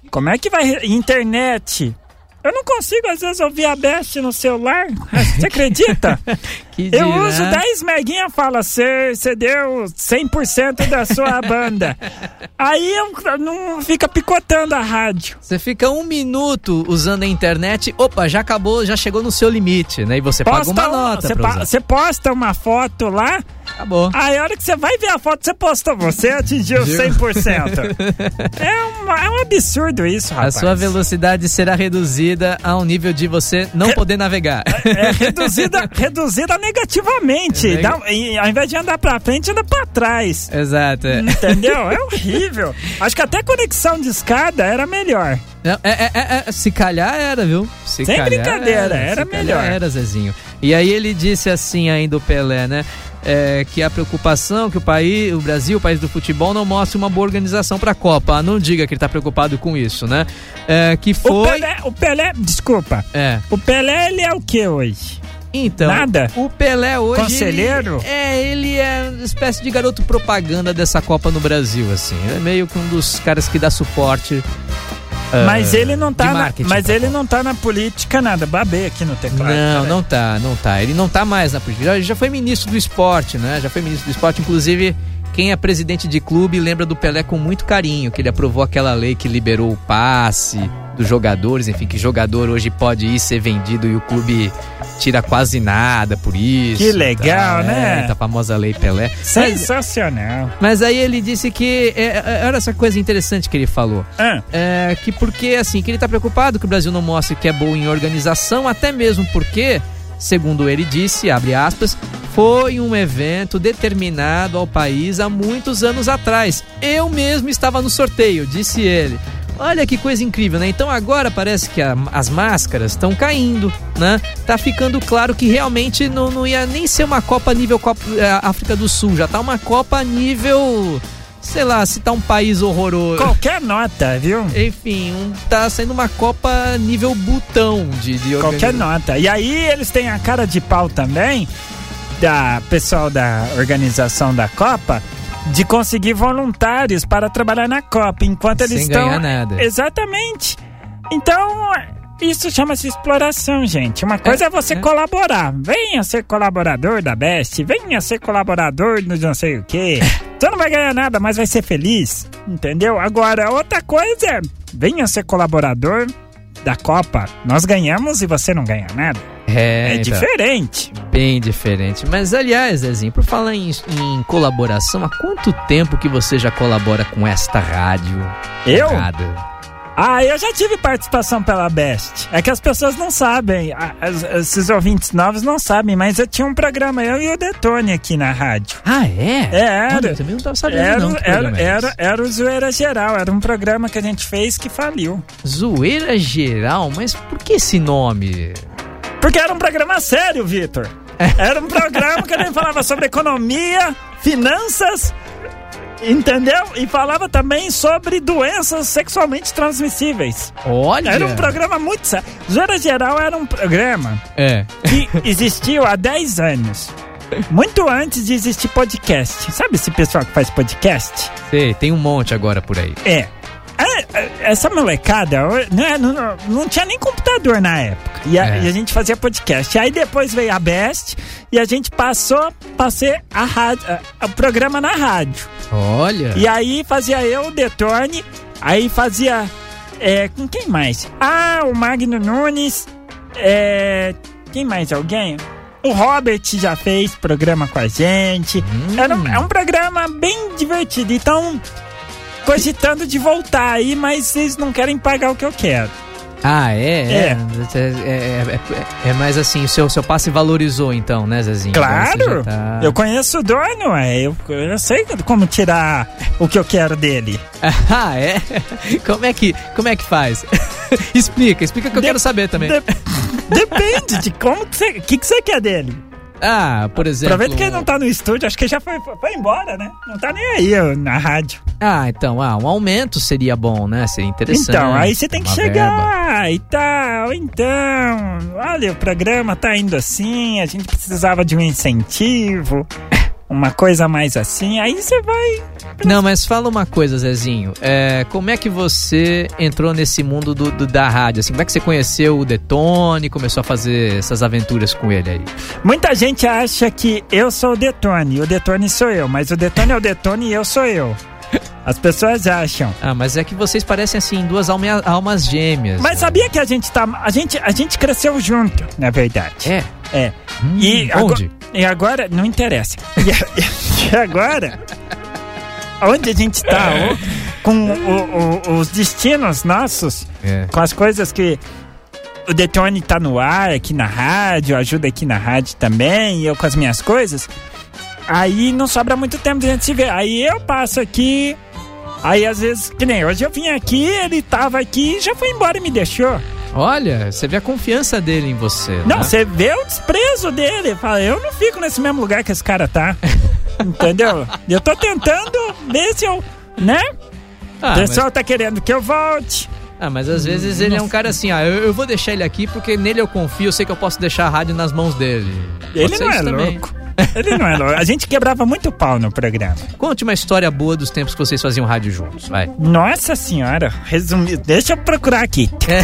Speaker 4: Como é que vai. re- Internet? Eu não consigo, às vezes, ouvir a Best no celular. Você acredita?
Speaker 1: Que né?
Speaker 4: Eu
Speaker 1: dirá?
Speaker 4: uso 10 meguinha, fala, você deu 100% da sua banda. Aí eu não fica picotando a rádio.
Speaker 1: Você fica um minuto usando a internet, opa, já acabou, já chegou no seu limite, né? E você paga uma
Speaker 4: um-
Speaker 1: nota
Speaker 4: você
Speaker 1: pra
Speaker 4: pa-
Speaker 1: usar.
Speaker 4: você posta uma foto lá,
Speaker 1: Acabou.
Speaker 4: aí a hora que você vai ver a foto, você postou. Você atingiu 100%. é, um, é um absurdo isso,
Speaker 1: a
Speaker 4: rapaz.
Speaker 1: sua velocidade será reduzida a um nível de você não poder navegar.
Speaker 4: É reduzida, reduzida negativamente.
Speaker 1: É nega-
Speaker 4: Dá- um, e ao invés de andar pra frente, anda pra trás.
Speaker 1: Exato. é.
Speaker 4: Entendeu? É horrível. Acho que até conexão de escada era melhor.
Speaker 1: Não, é, é, é, é, se calhar era, viu? Se
Speaker 4: Sem
Speaker 1: calhar
Speaker 4: brincadeira, era
Speaker 1: se calhar
Speaker 4: melhor.
Speaker 1: Era, Zezinho. E aí ele disse assim ainda o Pelé, né? É, que a preocupação que o país, o Brasil, o país do futebol, não mostre uma boa organização pra Copa. Ah, Não diga que ele tá preocupado com isso, né? É, que
Speaker 4: O
Speaker 1: foi.
Speaker 4: Pelé, o Pelé, desculpa.
Speaker 1: É.
Speaker 4: O Pelé, ele é o que hoje?
Speaker 1: Então,
Speaker 4: Nada?
Speaker 1: o Pelé hoje.
Speaker 4: Conselheiro?
Speaker 1: ele- é, ele é uma espécie de garoto propaganda dessa Copa no Brasil, assim. Ele é meio que um dos caras que dá suporte. ah,
Speaker 4: mas ele não tá,
Speaker 1: de
Speaker 4: na,
Speaker 1: marketing
Speaker 4: mas
Speaker 1: pra
Speaker 4: ele não tá na política nada. Babei aqui no teclado.
Speaker 1: Não,
Speaker 4: peraí.
Speaker 1: não tá, não tá. Ele não tá mais na política. Já, já foi ministro do esporte, né? Já foi ministro do esporte. Inclusive, quem é presidente de clube lembra do Pelé com muito carinho, que ele aprovou aquela lei que liberou o passe dos jogadores, enfim, que jogador hoje pode ir ser vendido e o clube tira quase nada por isso.
Speaker 4: Que
Speaker 1: e
Speaker 4: legal,
Speaker 1: tal, É, tá
Speaker 4: né?
Speaker 1: A famosa lei Pelé. Mas,
Speaker 4: Sensacional.
Speaker 1: mas aí ele disse que. é, é, olha essa coisa interessante que ele falou.
Speaker 4: Ah,
Speaker 1: É, que porque, assim, que ele tá preocupado que o Brasil não mostre que é bom em organização, até mesmo porque, segundo ele disse, abre aspas, foi um evento determinado ao país há muitos anos atrás. Eu mesmo estava no sorteio, disse ele. Olha que coisa incrível, né? Então agora parece que a- as máscaras estão caindo, né? Tá ficando claro que realmente não, não ia nem ser uma Copa nível Copa, eh, África do Sul, já tá uma Copa nível. Sei lá, se tá um país horroroso.
Speaker 4: qualquer nota, viu?
Speaker 1: Enfim, um- tá sendo uma Copa nível botão de, de
Speaker 4: Qualquer
Speaker 1: organiza-
Speaker 4: nota. E aí eles têm a cara de pau também, da pessoal da organização da Copa, de conseguir voluntários para trabalhar na Copa, enquanto
Speaker 1: Sem
Speaker 4: eles estão.
Speaker 1: ganhar nada.
Speaker 4: Exatamente. Então, isso chama-se exploração, gente. Uma coisa é, você
Speaker 1: é.
Speaker 4: colaborar. Venha ser colaborador da Best, venha ser colaborador do não sei o quê. Você não vai ganhar nada, mas vai ser feliz. Entendeu? Agora, outra coisa é, venha ser colaborador da Copa. Nós ganhamos e você não ganha nada. É,
Speaker 1: É, então,
Speaker 4: diferente.
Speaker 1: bem diferente. Mas, aliás, Zezinho, por falar em, em colaboração, há quanto tempo que você já colabora com esta rádio?
Speaker 4: Eu?
Speaker 1: Nada.
Speaker 4: Ah, eu já tive participação pela Best. É que as pessoas não sabem, a- as- esses ouvintes novos não sabem, mas eu tinha um programa, eu e o Detone aqui na rádio.
Speaker 1: Ah, é?
Speaker 4: Era.
Speaker 1: Olha, eu também não tava sabendo,
Speaker 4: Era,
Speaker 1: não.
Speaker 4: o-
Speaker 1: que programa
Speaker 4: era,
Speaker 1: é
Speaker 4: era,
Speaker 1: esse.
Speaker 4: era o Zoeira Geral, era um programa que a gente fez que faliu.
Speaker 1: Zoeira geral? Mas por que esse nome?
Speaker 4: Porque era um programa sério, Vitor.
Speaker 1: É.
Speaker 4: Era um programa que a gente falava sobre economia, finanças, entendeu? E falava também sobre doenças sexualmente transmissíveis.
Speaker 1: Olha!
Speaker 4: Era um programa muito sério. Zoeira Geral era um programa
Speaker 1: É.
Speaker 4: que existiu há 10 anos. Muito antes de existir podcast. Sabe esse pessoal que faz podcast?
Speaker 1: Sei, tem um monte agora por aí.
Speaker 4: É. É, é, Essa molecada não, é, não, não- não tinha nem computador na época. E a,
Speaker 1: É.
Speaker 4: e a gente fazia podcast. Aí depois veio a Best e a gente passou a ser a rádio, a- o programa na rádio.
Speaker 1: Olha.
Speaker 4: E aí fazia eu, o Detone, aí fazia. é, com quem mais? Ah, o Magno Nunes. é, quem mais? Alguém? O Robert já fez programa com a gente.
Speaker 1: Hum.
Speaker 4: Era um, é um programa bem divertido. Então, cogitando de voltar aí, mas vocês não querem pagar o que eu quero.
Speaker 1: Ah, é?
Speaker 4: É.
Speaker 1: É, é, é, é mais assim, o seu, seu passe valorizou então, né, Zezinho? Agora
Speaker 4: Claro!
Speaker 1: você já tá-
Speaker 4: Eu conheço o dono, é. Eu, eu sei como tirar o que eu quero dele.
Speaker 1: Ah, é? Como é que, como é que faz? explica, explica que eu
Speaker 4: De-
Speaker 1: quero saber também.
Speaker 4: De- Depende de como que você. O que, que você quer dele?
Speaker 1: Ah, por exemplo...
Speaker 4: Aproveita que ele não tá no estúdio, acho que ele já foi, foi foi embora, né? Não tá nem aí ó, na rádio.
Speaker 1: Ah, então, ah, um aumento seria bom, né? Seria interessante.
Speaker 4: Então, aí você tem que
Speaker 1: uma verba.
Speaker 4: chegar e tal. Então, olha, o programa tá indo assim, a gente precisava de um incentivo, uma coisa mais assim. Aí você vai.
Speaker 1: Não, mas fala uma coisa, Zezinho. É, como é que você entrou nesse mundo do, do- da rádio? Assim, como é que você conheceu o Detone, começou a fazer essas aventuras com ele aí?
Speaker 4: Muita gente acha que eu sou o Detone, o Detone sou eu, mas o Detone é o Detone e eu sou eu. As pessoas acham.
Speaker 1: Ah, mas é que vocês parecem, assim, duas alme- almas gêmeas.
Speaker 4: Mas sabia que a gente tá. A gente, a gente cresceu junto, na verdade.
Speaker 1: É.
Speaker 4: É.
Speaker 1: Hum,
Speaker 4: E
Speaker 1: onde?
Speaker 4: E agora, não interessa. E, a- e agora, onde a gente está com o- o- os destinos nossos,
Speaker 1: É.
Speaker 4: com as coisas que o Detone tá no ar aqui na rádio, ajuda aqui na rádio também, e eu com as minhas coisas, aí não sobra muito tempo de a gente se ver. Aí eu passo aqui, aí às vezes, que nem hoje eu vim aqui, ele tava aqui e já foi embora e me deixou.
Speaker 1: Olha, você vê a confiança dele em você.
Speaker 4: Não,
Speaker 1: né?
Speaker 4: você vê o desprezo dele. Fala, eu não fico nesse mesmo lugar que esse cara tá. Entendeu? Eu tô tentando ver se eu. Né?
Speaker 1: Ah,
Speaker 4: o
Speaker 1: mas,
Speaker 4: pessoal tá querendo que eu volte.
Speaker 1: ah, mas às vezes ele é um cara assim, ah, eu, eu vou deixar ele aqui porque nele eu confio, eu sei que eu posso deixar a rádio nas mãos dele.
Speaker 4: Ele
Speaker 1: Pode ser
Speaker 4: não
Speaker 1: isso
Speaker 4: é
Speaker 1: também.
Speaker 4: louco. Ele não é louco. A gente quebrava muito pau no programa.
Speaker 1: Conte uma história boa dos tempos que vocês faziam rádio juntos, vai.
Speaker 4: Nossa senhora, resumido. Deixa eu procurar aqui. É.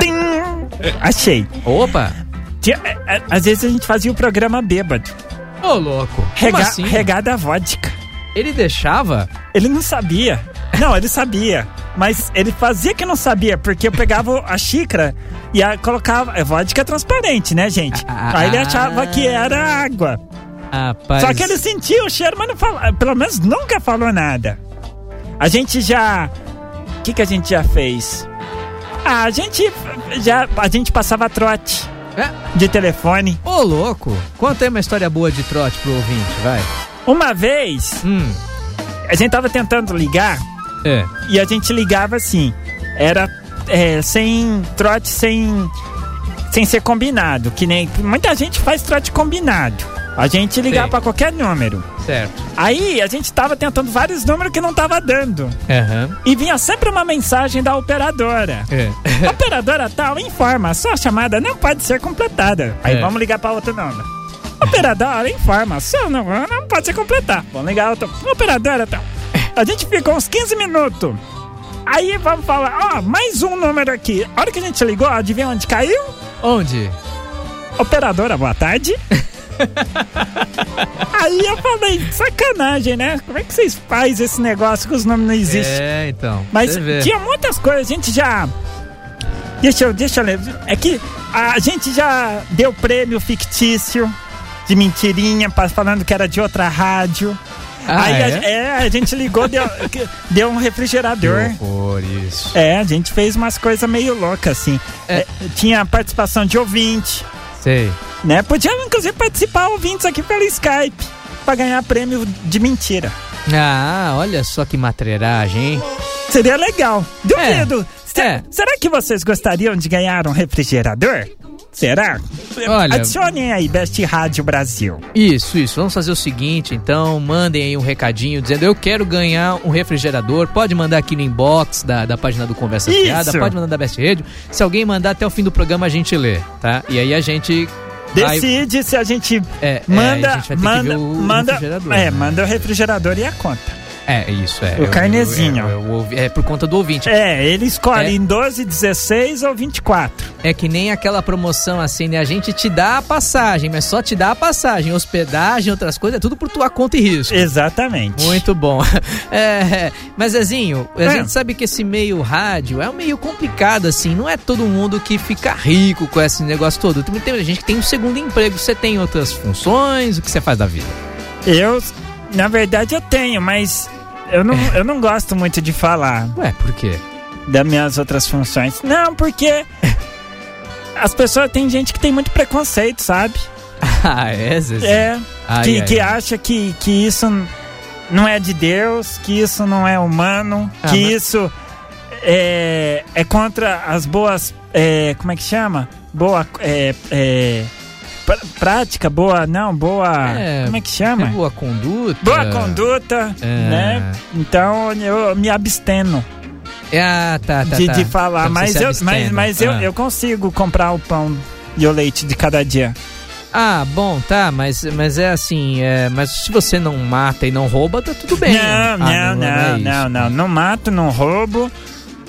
Speaker 4: Tim! Achei.
Speaker 1: Opa!
Speaker 4: Tinha- é, é, Às vezes a gente fazia o programa bêbado.
Speaker 1: Ô, louco! Como
Speaker 4: Rega,
Speaker 1: assim?
Speaker 4: Regada a vodka.
Speaker 1: Ele deixava?
Speaker 4: Ele não sabia. Não, ele sabia. Mas ele fazia que não sabia, porque eu pegava a xícara e a colocava. É vodka transparente, né, gente?
Speaker 1: Ah.
Speaker 4: Aí ele achava que era água.
Speaker 1: Rapaz.
Speaker 4: Só que ele sentia o cheiro, mas não fala, pelo menos nunca falou nada. A gente já. O que, que a gente já fez? Ah, a gente já. A gente passava trote
Speaker 1: É?
Speaker 4: de telefone.
Speaker 1: Ô, louco! Conta aí uma história boa de trote pro ouvinte, vai.
Speaker 4: Uma vez,
Speaker 1: Hum.
Speaker 4: a gente tava tentando ligar
Speaker 1: É.
Speaker 4: e a gente ligava assim. Era é, sem trote, sem sem ser combinado, que nem muita gente faz trote combinado. A gente ligava
Speaker 1: Sim.
Speaker 4: pra qualquer número.
Speaker 1: Certo.
Speaker 4: Aí a gente tava tentando vários números que não tava dando.
Speaker 1: Aham.
Speaker 4: E vinha sempre uma mensagem da operadora.
Speaker 1: É.
Speaker 4: Operadora tal informa, sua chamada não pode ser completada. Aí
Speaker 1: É.
Speaker 4: vamos ligar pra outro número. Operadora informa, seu número não pode ser completada. Vamos ligar outro. Operadora tal. A gente ficou uns 15 minutos. Aí vamos falar, ó, mais um número aqui. A hora que a gente ligou, adivinha onde caiu?
Speaker 1: Onde?
Speaker 4: Operadora, boa tarde. Aí eu falei, sacanagem, né? Como é que vocês fazem esse negócio que os nomes não existem?
Speaker 1: É, então.
Speaker 4: Mas
Speaker 1: Você vê.
Speaker 4: tinha muitas coisas, a gente já. Deixa eu, deixa eu lembrar. É que a gente já deu prêmio fictício de mentirinha, pa- falando que era de outra rádio.
Speaker 1: Ah,
Speaker 4: Aí
Speaker 1: é?
Speaker 4: A, é, a gente ligou, deu, que- deu um refrigerador.
Speaker 1: Por isso.
Speaker 4: É, a gente fez umas coisas meio loucas, assim.
Speaker 1: É.
Speaker 4: É, tinha participação de ouvinte,
Speaker 1: Sei.
Speaker 4: né? Podia, inclusive, participar ouvintes aqui pelo Skype pra ganhar prêmio de mentira.
Speaker 1: Ah, olha só que matreiragem, hein?
Speaker 4: Seria legal. Duvido. Se-
Speaker 1: é.
Speaker 4: Será que vocês gostariam de ganhar um refrigerador? Será?
Speaker 1: Olha-
Speaker 4: Adicionem aí, Best Rádio Brasil.
Speaker 1: Isso, isso. Vamos fazer o seguinte, então, mandem aí um recadinho dizendo eu quero ganhar um refrigerador. Pode mandar aqui no inbox da, da página do Conversa
Speaker 4: Isso.
Speaker 1: Fiada, pode mandar da Best Rádio. Se alguém mandar até o fim do programa, a gente lê, tá? E aí a gente
Speaker 4: Decide se a gente
Speaker 1: É,
Speaker 4: manda,
Speaker 1: é, a gente vai ter que
Speaker 4: manda,
Speaker 1: ver o
Speaker 4: manda,
Speaker 1: refrigerador,
Speaker 4: é,
Speaker 1: né?
Speaker 4: manda o refrigerador e a conta.
Speaker 1: É, isso, é.
Speaker 4: O carnezinho.
Speaker 1: é, é, o ouvi- é por conta do ouvinte. É.
Speaker 4: É, ele escolhe
Speaker 1: É.
Speaker 4: em 12, 16 ou 24.
Speaker 1: que nem aquela promoção assim, né? A gente te dá a passagem, mas só te dá a passagem. Hospedagem, outras coisas, é tudo por tua conta e risco.
Speaker 4: É. Exatamente.
Speaker 1: Muito bom. É, mas, Zezinho, a
Speaker 4: É.
Speaker 1: gente sabe que esse meio rádio é um meio complicado, assim. Não é todo mundo que fica rico com esse negócio todo. Tem, tem gente que tem um segundo emprego. Você tem outras funções? O que você faz da vida?
Speaker 4: Eu, na verdade, eu tenho, mas eu não,
Speaker 1: É.
Speaker 4: eu não gosto muito de falar
Speaker 1: Ué, por quê?
Speaker 4: das minhas outras funções. Não, porque as pessoas tem gente que tem muito preconceito, sabe?
Speaker 1: Ah, é, Zezinho?
Speaker 4: É,
Speaker 1: Ai,
Speaker 4: que,
Speaker 1: ai,
Speaker 4: que
Speaker 1: ai.
Speaker 4: acha que, que isso não é de Deus, que isso não é humano,
Speaker 1: Ah,
Speaker 4: que
Speaker 1: mas-
Speaker 4: isso é, é contra as boas. é, como é que chama? Boa. É, é, pr- prática, boa. Não, boa.
Speaker 1: É,
Speaker 4: como é que
Speaker 1: É
Speaker 4: chama?
Speaker 1: boa conduta.
Speaker 4: Boa conduta,
Speaker 1: É.
Speaker 4: né? Então eu me absteno
Speaker 1: É, ah, tá, tá,
Speaker 4: de,
Speaker 1: tá.
Speaker 4: de falar,
Speaker 1: Então você
Speaker 4: mas,
Speaker 1: se
Speaker 4: eu, mas,
Speaker 1: abstém,
Speaker 4: mas
Speaker 1: né?
Speaker 4: eu,
Speaker 1: Ah.
Speaker 4: eu consigo comprar o pão e o leite de cada dia.
Speaker 1: Ah, bom, tá, mas, mas é assim, é, mas se você não mata e não rouba, tá tudo bem. Ah,
Speaker 4: Não, não,
Speaker 1: é
Speaker 4: não, não,
Speaker 1: isso.
Speaker 4: não, não. mato, não roubo,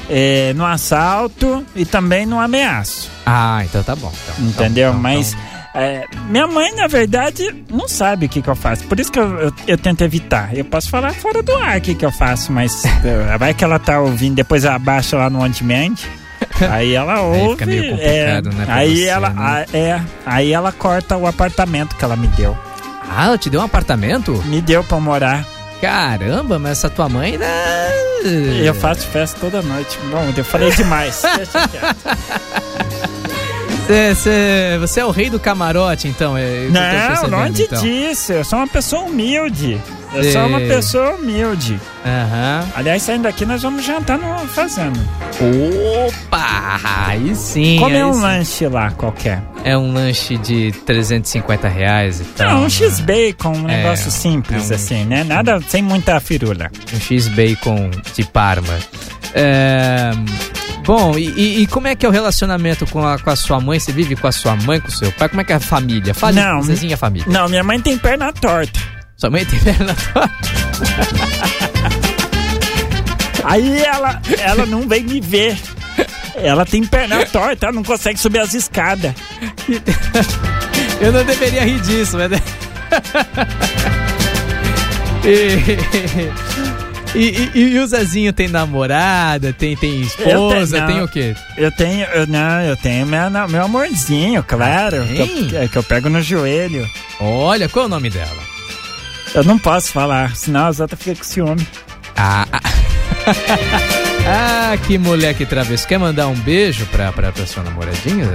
Speaker 4: é, não assalto e também não ameaço.
Speaker 1: Ah, então tá bom. então,
Speaker 4: Entendeu?
Speaker 1: então, então,
Speaker 4: Mas é, minha mãe, na verdade, não sabe o que, que eu faço. Por isso que eu, eu, eu tento evitar. Eu posso falar fora do ar o que, que eu faço, mas eh, vai que ela tá ouvindo, depois ela baixa lá no on-demand. Aí ela ouve.
Speaker 1: Aí fica meio complicado,
Speaker 4: é,
Speaker 1: né, pra
Speaker 4: Aí
Speaker 1: você,
Speaker 4: ela,
Speaker 1: né?
Speaker 4: a- é, aí ela corta o apartamento que ela me deu.
Speaker 1: Ah, ela te deu um apartamento?
Speaker 4: Me deu pra eu morar.
Speaker 1: Caramba, mas essa tua mãe. Né? É.
Speaker 4: Eu faço festa toda noite. Bom, eu falei demais. Deixa quieto.
Speaker 1: Cê- cê- você é o rei do camarote, então? É, eu tô
Speaker 4: Não,
Speaker 1: percebendo,
Speaker 4: longe
Speaker 1: então.
Speaker 4: disso. Eu sou uma pessoa humilde. Eu sou
Speaker 1: Sei.
Speaker 4: uma pessoa humilde.
Speaker 1: Aham.
Speaker 4: Aliás, saindo daqui, nós vamos jantar no fazendo.
Speaker 1: Opa! Aí sim. é
Speaker 4: Comer
Speaker 1: aí
Speaker 4: um
Speaker 1: sim.
Speaker 4: lanche lá qualquer.
Speaker 1: É um lanche de 350 reais e tal.
Speaker 4: Não, um
Speaker 1: né?
Speaker 4: X-Bacon, um
Speaker 1: É,
Speaker 4: negócio simples
Speaker 1: é um-
Speaker 4: assim, né? Nada sem muita firula.
Speaker 1: Um X-Bacon de Parma. É... Bom, e, e- e como é que é o relacionamento com a, com a sua mãe? Você vive com a sua mãe, com o seu pai? Como é que é a família? Fale,
Speaker 4: Não.
Speaker 1: Zezinha, a família.
Speaker 4: Não, minha mãe tem perna torta.
Speaker 1: Sua mãe é tem perna torta?
Speaker 4: Aí ela, ela não vem me ver. Ela tem perna torta, ela não consegue subir as escadas.
Speaker 1: Eu não deveria rir disso, mas... é. E, e, e- e o Zezinho tem namorada, tem, tem
Speaker 4: Eu tenho,
Speaker 1: esposa,
Speaker 4: não.
Speaker 1: tem o quê?
Speaker 4: Eu tenho, eu, não, eu tenho minha, na- meu amorzinho, claro. Que
Speaker 1: tem?
Speaker 4: eu, é, que eu pego no joelho.
Speaker 1: Olha, qual é o nome dela?
Speaker 4: Eu não posso falar, senão as outras ficam com ciúme.
Speaker 1: Ah, ah. Ah, que moleque travesso. Quer mandar um beijo pra, pra, pra sua namoradinha?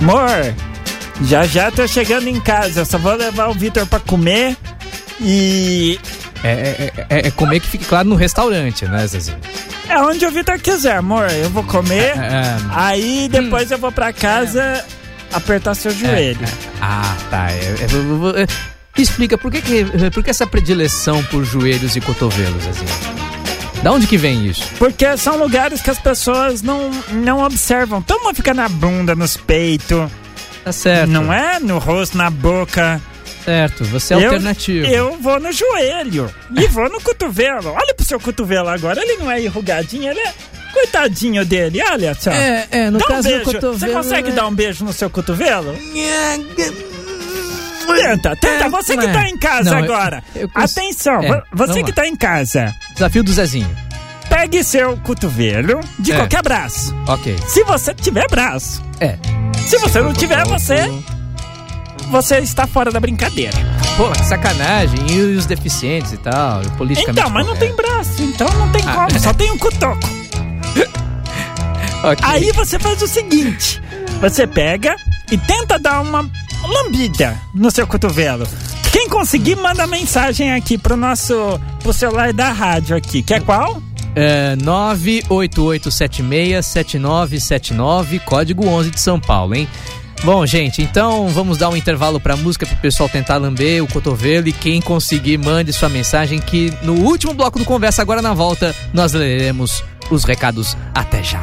Speaker 4: Amor, já já tô chegando em casa, eu só vou levar o Vitor pra comer e.
Speaker 1: É, é, é- é- é comer que fique claro no restaurante, né, Zezinho?
Speaker 4: É onde o Vitor quiser, amor. Eu vou comer,
Speaker 1: É,
Speaker 4: aí depois eu vou pra casa apertar
Speaker 1: É,
Speaker 4: seu joelho.
Speaker 1: Ah, tá. é- é- vou- vou- é. Explica, por que, que, por que essa predileção por joelhos e cotovelos, Zezinho? Da onde que vem isso?
Speaker 4: Porque são lugares que as pessoas não, não observam. Todo mundo fica na bunda, nos peitos,
Speaker 1: Tá certo.
Speaker 4: não é? No rosto, na boca.
Speaker 1: Certo, você é
Speaker 4: Eu-
Speaker 1: alternativo.
Speaker 4: Eu vou no joelho e vou no cotovelo. Olha pro seu cotovelo agora, ele não é enrugadinho, ele é. Coitadinho dele, olha só.
Speaker 1: É, é, no
Speaker 4: Dá um
Speaker 1: caso do
Speaker 4: beijo.
Speaker 1: cotovelo. é né?
Speaker 4: Você consegue dar um beijo no seu cotovelo? Tenta, tenta. Você que
Speaker 1: é.
Speaker 4: tá em casa
Speaker 1: Não, eu-
Speaker 4: agora.
Speaker 1: eu cons-
Speaker 4: Atenção,
Speaker 1: É,
Speaker 4: vo- você
Speaker 1: vamos
Speaker 4: que
Speaker 1: lá.
Speaker 4: tá em casa.
Speaker 1: Desafio do Zezinho.
Speaker 4: Pegue seu cotovelo de
Speaker 1: É.
Speaker 4: qualquer braço.
Speaker 1: Ok.
Speaker 4: Se você tiver braço.
Speaker 1: É.
Speaker 4: Se você não tiver, é você... Você está fora da brincadeira.
Speaker 1: Pô, que sacanagem. E os deficientes e tal, e politicamente
Speaker 4: Então, mas não tem
Speaker 1: correto.
Speaker 4: braço. Então não tem
Speaker 1: é. Ah,
Speaker 4: como. Só tem um cutoco.
Speaker 1: Ok.
Speaker 4: Aí você faz o seguinte: você pega e tenta dar uma lambida no seu cotovelo. Quem conseguir, manda mensagem aqui pro nosso pro celular da rádio aqui. Que é qual?
Speaker 1: É, 988767979, código 11 de São Paulo, hein? Bom, gente, então vamos dar um intervalo pra música pro pessoal tentar lamber o cotovelo e quem conseguir mande sua mensagem que no último bloco do Conversa Agora na Volta nós leremos os recados até já.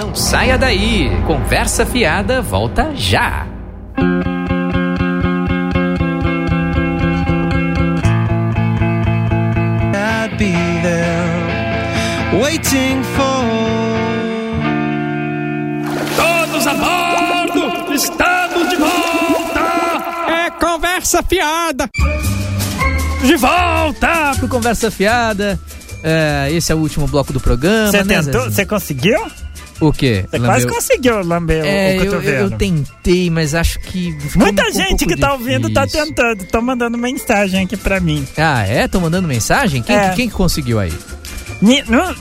Speaker 1: Não saia daí, Conversa Fiada volta já.
Speaker 9: waiting for.
Speaker 10: Todos a bordo, estamos de volta.
Speaker 1: É conversa fiada.
Speaker 10: De volta
Speaker 1: pro conversa fiada. É, esse é o último bloco do programa.
Speaker 4: Você
Speaker 1: né,
Speaker 4: tentou? Você conseguiu?
Speaker 1: O quê?
Speaker 4: Você quase conseguiu lamber
Speaker 1: É,
Speaker 4: o
Speaker 1: eu,
Speaker 4: cotovelo.
Speaker 1: eu tentei, mas acho que. ficou
Speaker 4: Muita
Speaker 1: um pouco
Speaker 4: gente que tá ouvindo tá
Speaker 1: difícil.
Speaker 4: tentando. Estão mandando mensagem aqui pra mim.
Speaker 1: Ah, é? Estão mandando mensagem? Quem,
Speaker 4: É.
Speaker 1: quem que conseguiu aí?
Speaker 4: Ni- Não,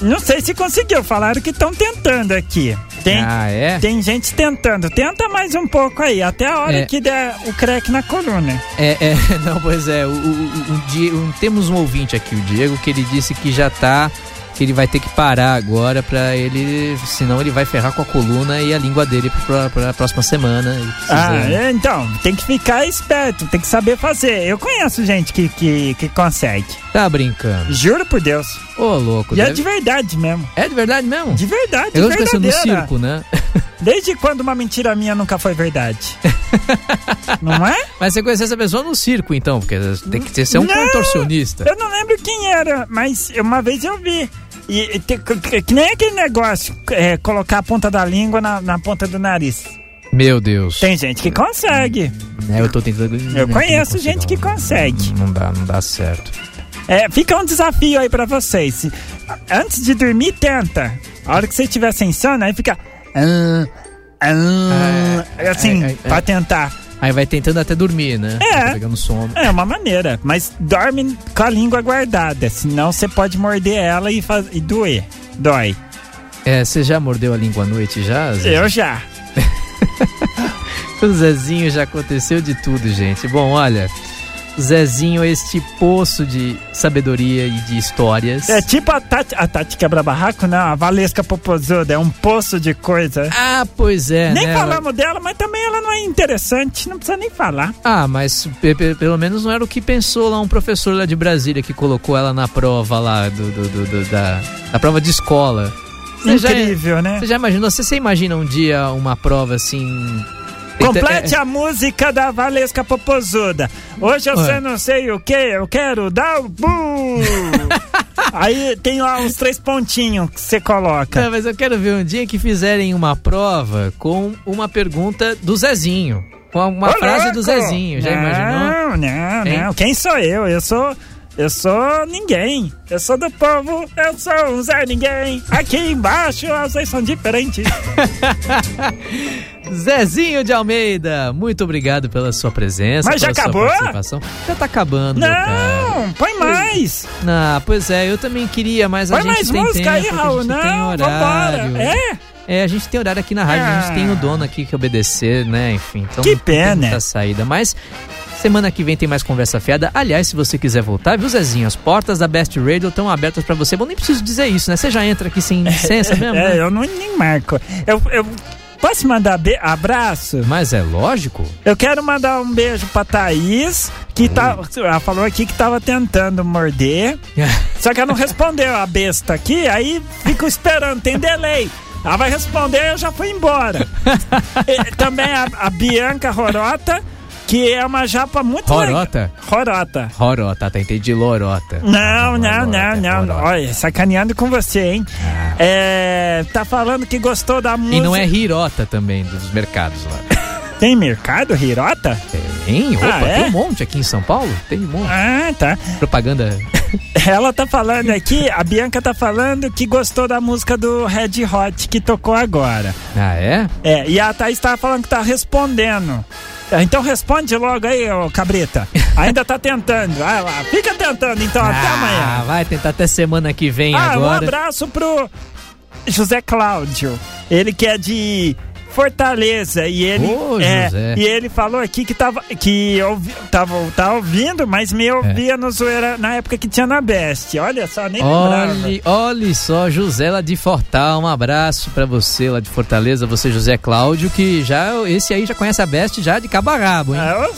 Speaker 4: não sei se conseguiu. Falaram que estão tentando aqui. Tem,
Speaker 1: Ah, é?
Speaker 4: tem gente tentando. Tenta mais um pouco aí, até a hora
Speaker 1: É.
Speaker 4: que der o crack na coluna.
Speaker 1: É, é, não, pois é. O, o- o- o Die- o- temos um ouvinte aqui, o Diego, que ele disse que já tá. que ele vai ter que parar agora pra ele. Senão ele vai ferrar com a coluna e a língua dele pra, pra próxima semana. Ele precisa-
Speaker 4: Ah, é, então, tem que ficar esperto, tem que saber fazer. Eu conheço gente que, que, que consegue.
Speaker 1: Tá brincando.
Speaker 4: Juro por Deus.
Speaker 1: Ô, louco.
Speaker 4: E é
Speaker 1: deve-
Speaker 4: de verdade mesmo.
Speaker 1: É de verdade mesmo?
Speaker 4: De verdade,
Speaker 1: Eu gosto de conhecer no
Speaker 4: verdadeira.
Speaker 1: circo, né?
Speaker 4: Desde quando uma mentira minha nunca foi verdade? não é?
Speaker 1: Mas você conheceu essa pessoa no circo, então, porque tem que ter- ser um
Speaker 4: Não!
Speaker 1: contorcionista.
Speaker 4: Eu não lembro quem era, mas uma vez eu vi. E, e te- que, que nem aquele negócio, é, colocar a ponta da língua na, na ponta do nariz.
Speaker 1: Meu Deus.
Speaker 4: Tem gente que consegue.
Speaker 1: É, eu tô tentando.
Speaker 4: Eu
Speaker 1: não
Speaker 4: conheço
Speaker 1: consigo,
Speaker 4: gente que
Speaker 1: não.
Speaker 4: consegue.
Speaker 1: Não dá, não dá certo.
Speaker 4: É, fica um desafio aí pra vocês. Se- Antes de dormir, tenta. A hora que você estiver sem sono, aí fica. "Ah, ah", assim,
Speaker 1: é, é, é.
Speaker 4: pra tentar.
Speaker 1: Aí vai tentando até dormir, né?
Speaker 4: É.
Speaker 1: Vai Pegando sono.
Speaker 4: É uma maneira, mas dorme com a língua guardada, senão você pode morder ela e, faz... e doer. Dói.
Speaker 1: É, você já mordeu a língua à noite já? Zé?
Speaker 4: Eu já.
Speaker 1: O Zezinho já aconteceu de tudo, gente. Bom, olha. Zezinho, é este poço de sabedoria e de histórias.
Speaker 4: É tipo a Tati, a Tati quebra barraco, não, a Valesca Popozuda, é um poço de coisa.
Speaker 1: Ah, pois é,
Speaker 4: nem
Speaker 1: né?
Speaker 4: falamos dela, mas também ela não é interessante, não precisa nem falar.
Speaker 1: Ah, mas pe- pe- pelo menos não era o que pensou lá um professor lá de Brasília que colocou ela na prova lá do, do- do- do- da, na prova de escola. Você já- é-
Speaker 4: Incrível, né?
Speaker 1: Você já imaginou? Você, você imagina um dia uma prova assim.
Speaker 4: Complete
Speaker 1: É, Ah.
Speaker 4: a música da Valesca Popozuda. Hoje eu
Speaker 1: Ué.
Speaker 4: sei não sei o que, eu quero dar o bu. Aí tem lá uns três pontinhos que você
Speaker 1: é,
Speaker 4: coloca.
Speaker 1: mas eu quero ver um dia que fizerem uma prova com uma pergunta do Zezinho. Com uma
Speaker 4: Ô,
Speaker 1: frase do
Speaker 4: louco! Ah.
Speaker 1: Zezinho. Já imaginou?
Speaker 4: Não, não,
Speaker 1: Hein?
Speaker 4: não. Quem sou eu? Eu sou. Eu sou ninguém. Eu sou do povo. Eu sou um Zé Ninguém. Aqui embaixo vocês são diferentes.
Speaker 1: Zezinho de Almeida, muito obrigado pela sua presença.
Speaker 4: Mas já
Speaker 1: pela sua
Speaker 4: acabou?
Speaker 1: participação. Já tá acabando, meu cara.
Speaker 4: não, põe mais.
Speaker 1: Ah, pois é, eu também queria, mas a
Speaker 4: Põe
Speaker 1: gente
Speaker 4: mais
Speaker 1: tem
Speaker 4: música
Speaker 1: tempo,
Speaker 4: aí,
Speaker 1: a
Speaker 4: Raul.
Speaker 1: gente tem
Speaker 4: Não,
Speaker 1: horário.
Speaker 4: vambora. É?
Speaker 1: É, a gente tem horário aqui na rádio, a
Speaker 4: Ah.
Speaker 1: gente tem o dono aqui que é obedecer, né? Enfim, então
Speaker 4: Que
Speaker 1: não tem
Speaker 4: pena.
Speaker 1: muita saída, mas semana que vem tem mais conversa fiada. Aliás, se você quiser voltar, viu Zezinho, as portas da Best Radio estão abertas pra você. Bom, nem preciso dizer isso, né? Você já entra aqui sem licença mesmo.
Speaker 4: É,
Speaker 1: né?
Speaker 4: eu não nem marco. Eu, eu posso mandar be- abraço?
Speaker 1: Mas é lógico.
Speaker 4: Eu quero mandar um beijo pra Thaís, que tá, ela falou aqui que tava tentando morder. Só que ela não respondeu a besta aqui, aí fico esperando, tem delay. Ela vai responder, eu já fui embora. E também a, a Bianca Rorota, que é uma japa muito
Speaker 1: Rorota?
Speaker 4: legal. Rorota.
Speaker 1: Rorota, tá entendi, lorota. Tá
Speaker 4: Não, não,
Speaker 1: Lorota, é
Speaker 4: não, não.
Speaker 1: lorota.
Speaker 4: Olha, sacaneando com você, hein? É, tá falando que gostou da música.
Speaker 1: Ah. E não é Hirota também, dos mercados lá.
Speaker 4: Tem mercado, Hirota?
Speaker 1: Tem, opa,
Speaker 4: Ah, é?
Speaker 1: tem um monte aqui em São Paulo. Tem um monte.
Speaker 4: Ah, tá.
Speaker 1: Propaganda.
Speaker 4: Ela tá falando aqui, a Bianca tá falando que gostou da música do Red Hot que tocou agora.
Speaker 1: Ah, é?
Speaker 4: É, e a Thaís tá falando que tá respondendo. É, Então responde logo aí, ô cabreta. Ainda tá tentando. Vai lá. Fica tentando, então. Até
Speaker 1: Ah,
Speaker 4: amanhã.
Speaker 1: vai tentar até semana que vem
Speaker 4: Ah, um
Speaker 1: agora.
Speaker 4: abraço pro José Cláudio. Ele que é de Fortaleza e ele
Speaker 1: Ô,
Speaker 4: é,
Speaker 1: José.
Speaker 4: e ele falou aqui que tava que ouvi, tava tá ouvindo, mas
Speaker 1: É.
Speaker 4: me ouvia no zoeira na época que tinha na Best. Olha só, nem lembrava.
Speaker 1: Olhe, olhe só, José lá de Fortal, um abraço pra você lá de Fortaleza, você José Cláudio, que já esse aí já conhece a Best já de cabo a rabo, hein?
Speaker 4: Ah, eu-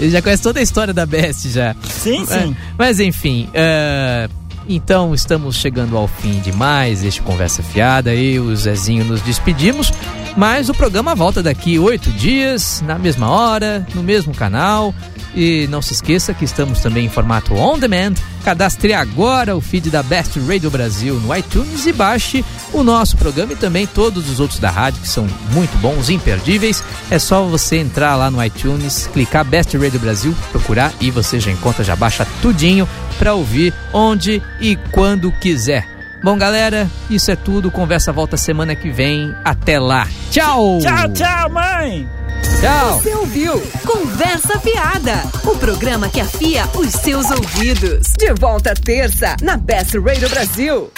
Speaker 1: Ele já conhece toda a história da Best já.
Speaker 4: sim, sim.
Speaker 1: É, Mas enfim, é, então estamos chegando ao fim de mais este Conversa Fiada. Eu e o Zezinho nos despedimos, mas o programa volta daqui oito dias, na mesma hora, no mesmo canal. E não se esqueça que estamos também em formato on demand Cadastre agora o feed da Best Radio Brasil no iTunes e baixe o nosso programa e também todos os outros da rádio que são muito bons, imperdíveis. É só você entrar lá no iTunes, clicar Best Radio Brasil, procurar e você já encontra, já baixa tudinho para ouvir onde e quando quiser. Bom, galera, isso é tudo. Conversa volta semana que vem. Até lá. Tchau!
Speaker 4: Tchau, tchau, mãe!
Speaker 1: Tchau!
Speaker 2: Você ouviu? Conversa Fiada o programa que afia os seus ouvidos. De volta terça na Best Radio Brasil.